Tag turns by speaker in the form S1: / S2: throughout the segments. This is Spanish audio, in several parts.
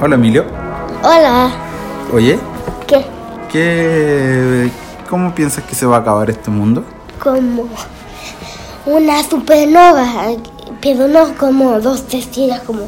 S1: Hola Emilio.
S2: Hola,
S1: Oye,
S2: ¿qué?
S1: ¿qué, ¿cómo piensas que se va a acabar este mundo?
S2: Como una supernova, pero no como dos destinos, como,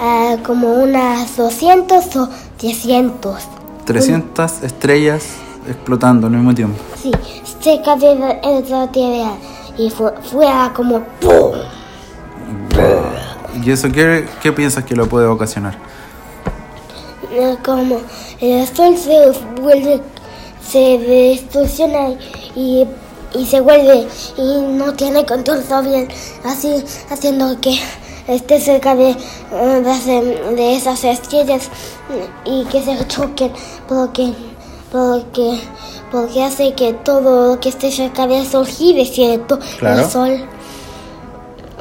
S2: ah, como unas 200 o 300.
S1: 300 estrellas explotando al mismo tiempo.
S2: Sí, cerca de la, de la Tierra y fu- fuera como ¡pum!
S1: ¿Y eso qué, qué piensas que lo puede ocasionar?
S2: Eh, Como el sol se vuelve, se distorsiona y, y se vuelve y no tiene control sobre él, así haciendo que esté cerca de, eh, de, ese- de esas estrellas y que se choquen, porque, porque, porque hace que todo lo que esté cerca del sol gire, ¿cierto?
S1: Claro.
S2: El sol.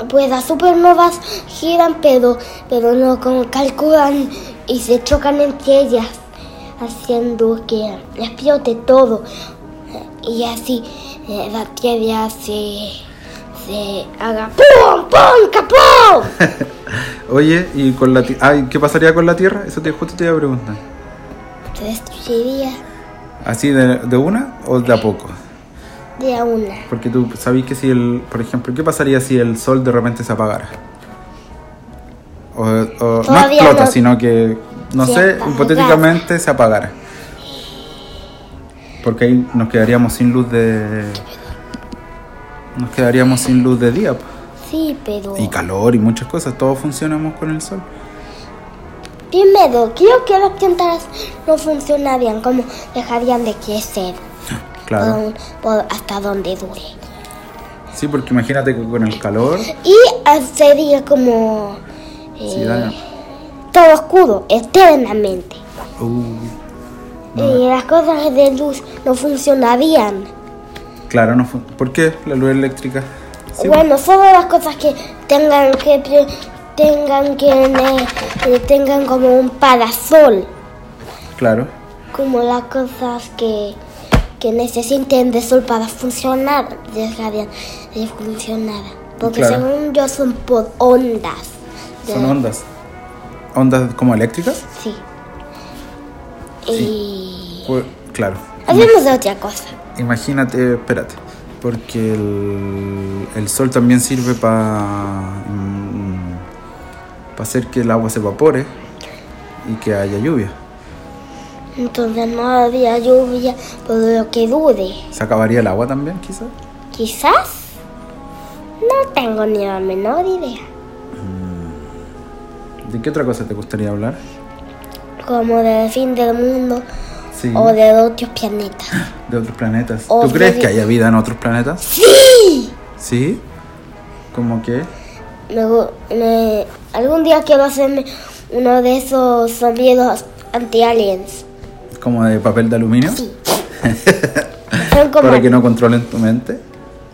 S2: Pues las supernovas giran, pero, pero no como calculan y se chocan entre ellas, haciendo que explote todo. Y así eh, la Tierra se, se haga ¡Pum! ¡Pum! ¡Capum!
S1: Oye, ¿y con la ti- ay, qué pasaría con la Tierra? Eso te, justo te iba a preguntar.
S2: Se destruiría
S1: ¿Así de, de una o de a poco?
S2: de a una.
S1: Porque tú sabes que si el, por ejemplo, ¿qué pasaría si el sol de repente se apagara? O, o no
S2: Todavía
S1: explota,
S2: no.
S1: sino que, no
S2: Se
S1: sé,
S2: apagara.
S1: hipotéticamente se apagara. Porque ahí nos quedaríamos sin luz de... Nos quedaríamos sin luz de día. po.
S2: Sí, pero.
S1: Y calor y muchas cosas, todos funcionamos con el sol.
S2: Primero, creo que las plantas no funcionarían como dejarían de crecer Oh.
S1: Claro.
S2: por- por hasta donde dure.
S1: Sí, porque imagínate que con el calor...
S2: Y eh, sería como. eh,
S1: sí, da-
S2: todo oscuro eternamente.
S1: Uh,
S2: Y las cosas de luz no funcionarían.
S1: claro, no fun- ¿por qué la luz eléctrica? Sí,
S2: bueno, solo las cosas que tengan que pre- tengan que eh, eh, tengan como un parasol,
S1: Claro.
S2: como las cosas que que necesiten de sol para funcionar, dejarían de funcionar. Porque
S1: Claro.
S2: según yo son por ondas. de-
S1: Son ondas. ¿Ondas como eléctricas?
S2: Sí. Y
S1: Pues, claro.
S2: hablemos de otra cosa.
S1: Imagínate, espérate, porque el, el sol también sirve para mm, hacer que el agua se evapore y que haya lluvia.
S2: Entonces no había lluvia por lo que dude.
S1: ¿Se acabaría el agua también, quizás?
S2: Quizás. No tengo ni la menor idea.
S1: ¿De qué otra cosa te gustaría hablar?
S2: Como del fin del mundo
S1: Sí,
S2: o de otros planetas.
S1: de otros planetas.
S2: o
S1: ¿Tú crees
S2: de-
S1: que haya vida en otros planetas? ¡Sí! ¿Sí? ¿Cómo que?
S2: Me gu- me- algún día quiero hacerme uno de esos sombreros anti-aliens.
S1: ¿Como de papel de aluminio?
S2: Sí. Son como.
S1: Para que no controlen tu mente.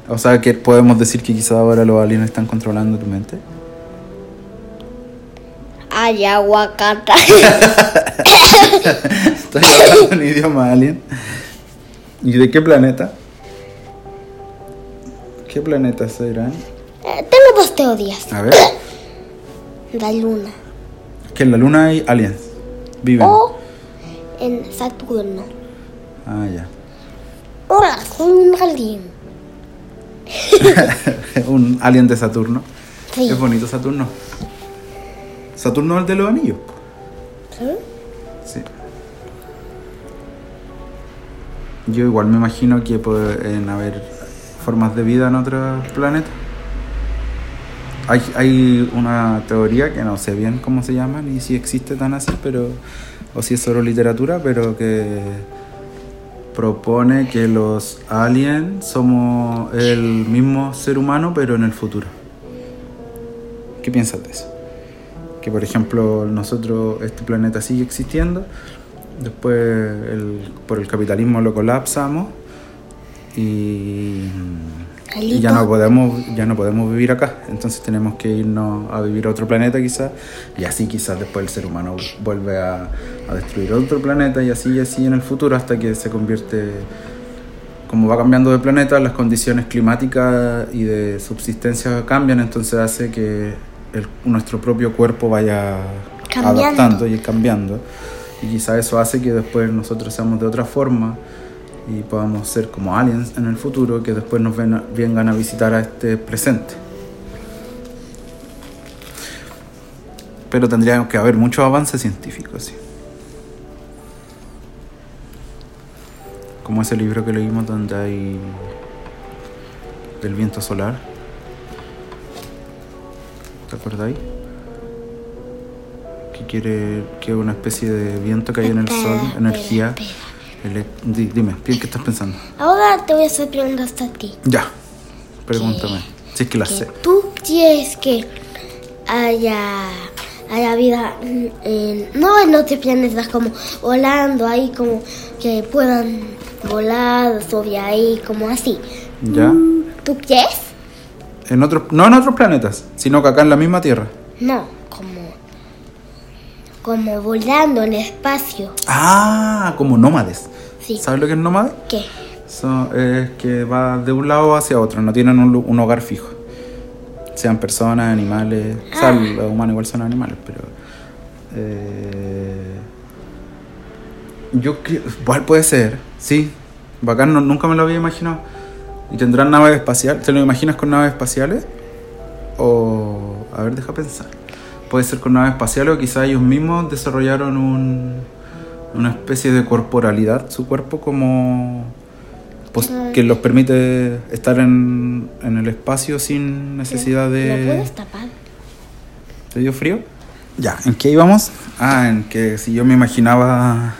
S1: O sea, que podemos decir que quizás ahora los aliens están controlando tu mente.
S2: Ay, aguacata.
S1: Estoy hablando un idioma alien. ¿Y de qué planeta? ¿Qué planeta serán?
S2: Eh, tengo dos teorías.
S1: A ver.
S2: La luna.
S1: Que en la luna hay aliens. Viven.
S2: O en Saturno.
S1: Ah, ya.
S2: Hola, soy un alien.
S1: un alien de Saturno.
S2: Sí.
S1: Es bonito Saturno. Saturno es el de los anillos.
S2: ¿Sí?
S1: Sí. Yo igual me imagino que pueden haber formas de vida en otros planetas. Hay, hay una teoría que no sé bien cómo se llama ni si existe tan así, pero o si es solo literatura, pero que propone que los aliens somos el mismo ser humano pero en el futuro. ¿Qué piensas de eso? que por ejemplo nosotros este planeta sigue existiendo después el- por el capitalismo lo colapsamos y, y ya no podemos ya no podemos vivir acá entonces tenemos que irnos a vivir a otro planeta quizás y así quizás después el ser humano vuelve a, a destruir otro planeta y así y así en el futuro hasta que se convierte como va cambiando de planeta, las condiciones climáticas y de subsistencia cambian, entonces hace que el- nuestro propio cuerpo vaya
S2: Cambiando.
S1: adaptando y cambiando. Y quizá eso hace que después nosotros seamos de otra forma y podamos ser como aliens en el futuro que después nos ven- vengan a visitar a este presente. Pero tendría que haber muchos avances científicos, sí. Como ese libro que leímos donde hay del viento solar. ¿Te acordáis? Que quiere que una especie de viento que hay en el sol,
S2: Espera,
S1: energía.
S2: espera,
S1: ele- di- dime, ¿qué qué estás pensando?
S2: Ahora te voy a hacer preguntas a ti.
S1: Ya, pregúntame. Si es que la
S2: que
S1: sé.
S2: ¿Tú quieres que haya, haya vida, mm, en- no en otros planetas, como volando ahí, como que puedan volar sobre ahí, como así?
S1: Ya.
S2: Mm, ¿Tú quieres?
S1: En otros, no en otros planetas, sino que acá en la misma Tierra.
S2: No, como, como volando en el espacio.
S1: Ah, como nómades.
S2: Sí.
S1: ¿Sabes lo que es nómade?
S2: ¿Qué?
S1: Son- es que va de un lado hacia otro, no tienen un, lu- un hogar fijo. Sean personas, animales. O sea,
S2: Ah.
S1: los humanos igual son animales, pero. eh, yo creo. Igual puede ser, sí. Bacán, no- nunca me lo había imaginado. ¿Y tendrán naves espaciales? ¿Te lo imaginas con naves espaciales? O. A ver, deja pensar. Puede ser con naves espaciales o quizá ellos mismos desarrollaron un, una especie de corporalidad, su cuerpo como. pos- que los permite estar en, en el espacio sin necesidad de.
S2: ¿Lo puedes tapar?
S1: ¿Te dio frío? Ya, ¿en qué íbamos? Ah, en que si yo me imaginaba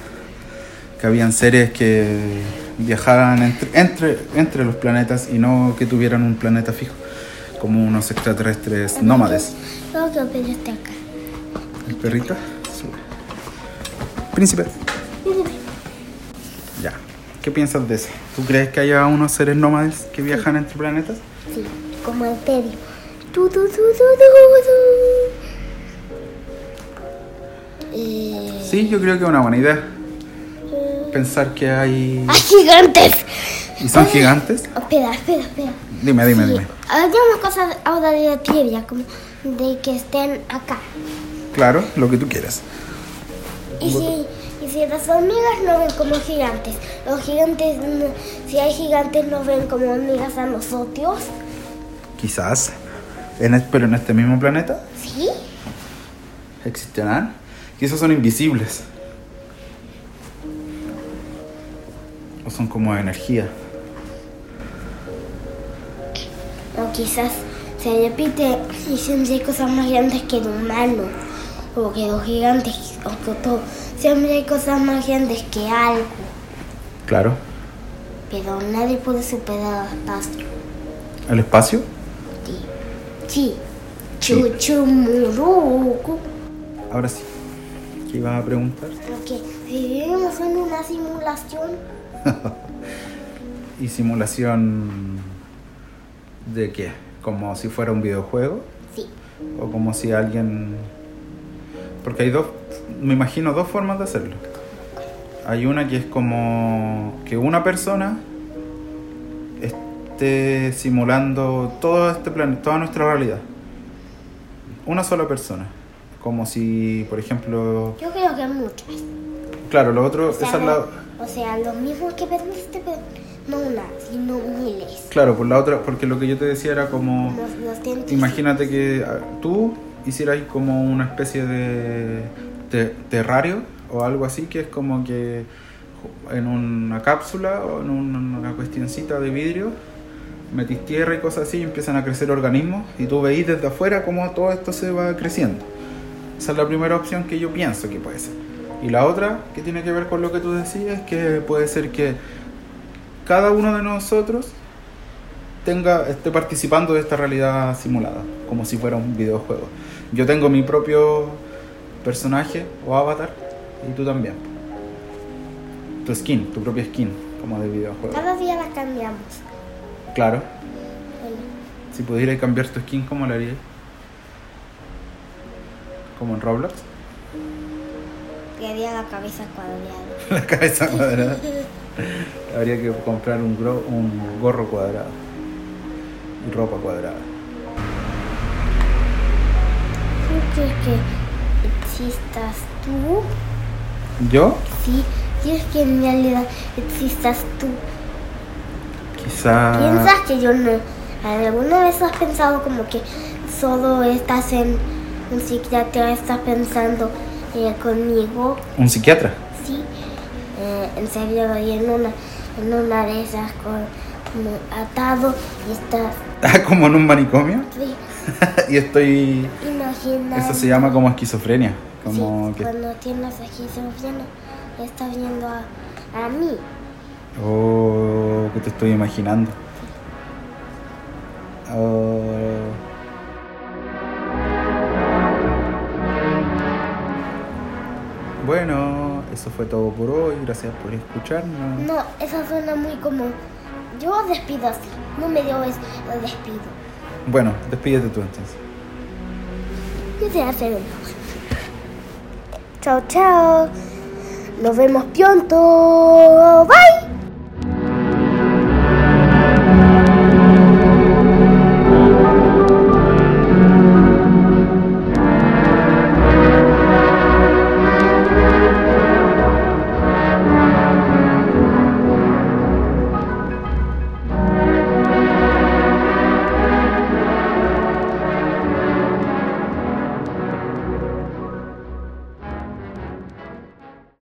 S1: que habían seres que viajaran entre, entre, entre los planetas y no que tuvieran un planeta fijo, como unos extraterrestres nómades.
S2: Creo que el pelo está acá.
S1: El perrito, sube. Príncipe. Ya, ¿qué piensas de eso? ¿Tú crees que haya unos seres nómades que viajan entre planetas?
S2: Sí, como el pelo. Tu, tu, tu, tu, tu, tu. Eh,
S1: Sí, yo creo que es una buena idea pensar que hay...
S2: ¡Hay ¡Ah, gigantes!
S1: ¿Y son gigantes?
S2: Espera, espera, espera.
S1: Dime, dime, dime.
S2: Hay unas cosas ahora de la piedra, como de que estén acá.
S1: Claro, lo que tú quieras.
S2: Y si, y si las hormigas no ven como gigantes, los gigantes, no- si hay gigantes, no ven como hormigas a nosotros,
S1: Quizás. En es- pero en este mismo planeta
S2: ¿sí?
S1: existirán. Quizás son invisibles. O son como de energía.
S2: O quizás se repite y siempre hay cosas más grandes que el humano, o que los gigantes, o que todo. Siempre hay cosas más grandes que algo,
S1: Claro.
S2: pero nadie puede superar al espacio.
S1: ¿El espacio?
S2: Sí.
S1: Sí.
S2: Chuchumurucu.
S1: Ahora sí. ¿Qué ibas a preguntar?
S2: Porque vivimos en una simulación
S1: ¿Y simulación de qué? ¿Como si fuera un videojuego?
S2: Sí,
S1: ¿O como si alguien...? Porque hay dos, me imagino dos formas de hacerlo. Hay una que es como que una persona esté simulando todo este plan, toda nuestra realidad. Una sola persona. Como si, por ejemplo...
S2: yo creo que muchas.
S1: Claro, lo otro...
S2: O sea,
S1: esa es la-
S2: no- o sea, lo mismo que perdiste, pero no una, sino miles.
S1: Claro, por la otra, porque lo que yo te decía era como...
S2: Como los cientos.
S1: Imagínate que ah, tú hicieras como una especie de te- terrario o algo así, que es como que ju- en una cápsula o en un- una cuestioncita de vidrio metís tierra y cosas así y empiezan a crecer organismos y tú veís desde afuera cómo todo esto se va creciendo. Esa es la primera opción que yo pienso que puede ser. Y la otra que tiene que ver con lo que tú decías, que puede ser que cada uno de nosotros tenga, esté participando de esta realidad simulada, como si fuera un videojuego. Yo tengo mi propio personaje o avatar y tú también. Tu skin, tu propia skin, como de videojuego.
S2: Cada día la cambiamos.
S1: Claro,
S2: Bueno,
S1: si pudieras cambiar tu skin, ¿cómo la harías? Como en Roblox,
S2: que había la cabeza cuadrada.
S1: la cabeza cuadrada. Habría que comprar un, gro- un gorro cuadrado y ropa cuadrada.
S2: Yo creo que existas tú.
S1: ¿Yo?
S2: Sí, ¿quieres que en realidad existas tú?
S1: Quizá...
S2: ¿Piensas que yo no? ¿Alguna vez has pensado como que solo estás en un psiquiatra, estás pensando eh, conmigo?
S1: ¿Un psiquiatra?
S2: Sí, eh, en serio, y en una, en una de esas con como atado y estás
S1: Ah, como en un manicomio.
S2: sí,
S1: y estoy...
S2: imaginando.
S1: Eso se llama como esquizofrenia. Como
S2: sí,
S1: que...
S2: cuando tienes esquizofrenia, estás viendo a, a mí.
S1: Oh, que te estoy imaginando. Oh. Bueno, eso fue todo por hoy. Gracias por escucharnos.
S2: No, esa suena muy como. Yo despido así, no me dio es lo despido.
S1: Bueno, despídete tú entonces.
S2: Yo sé hacer uno. Chao, chao. Nos vemos pronto. Bye.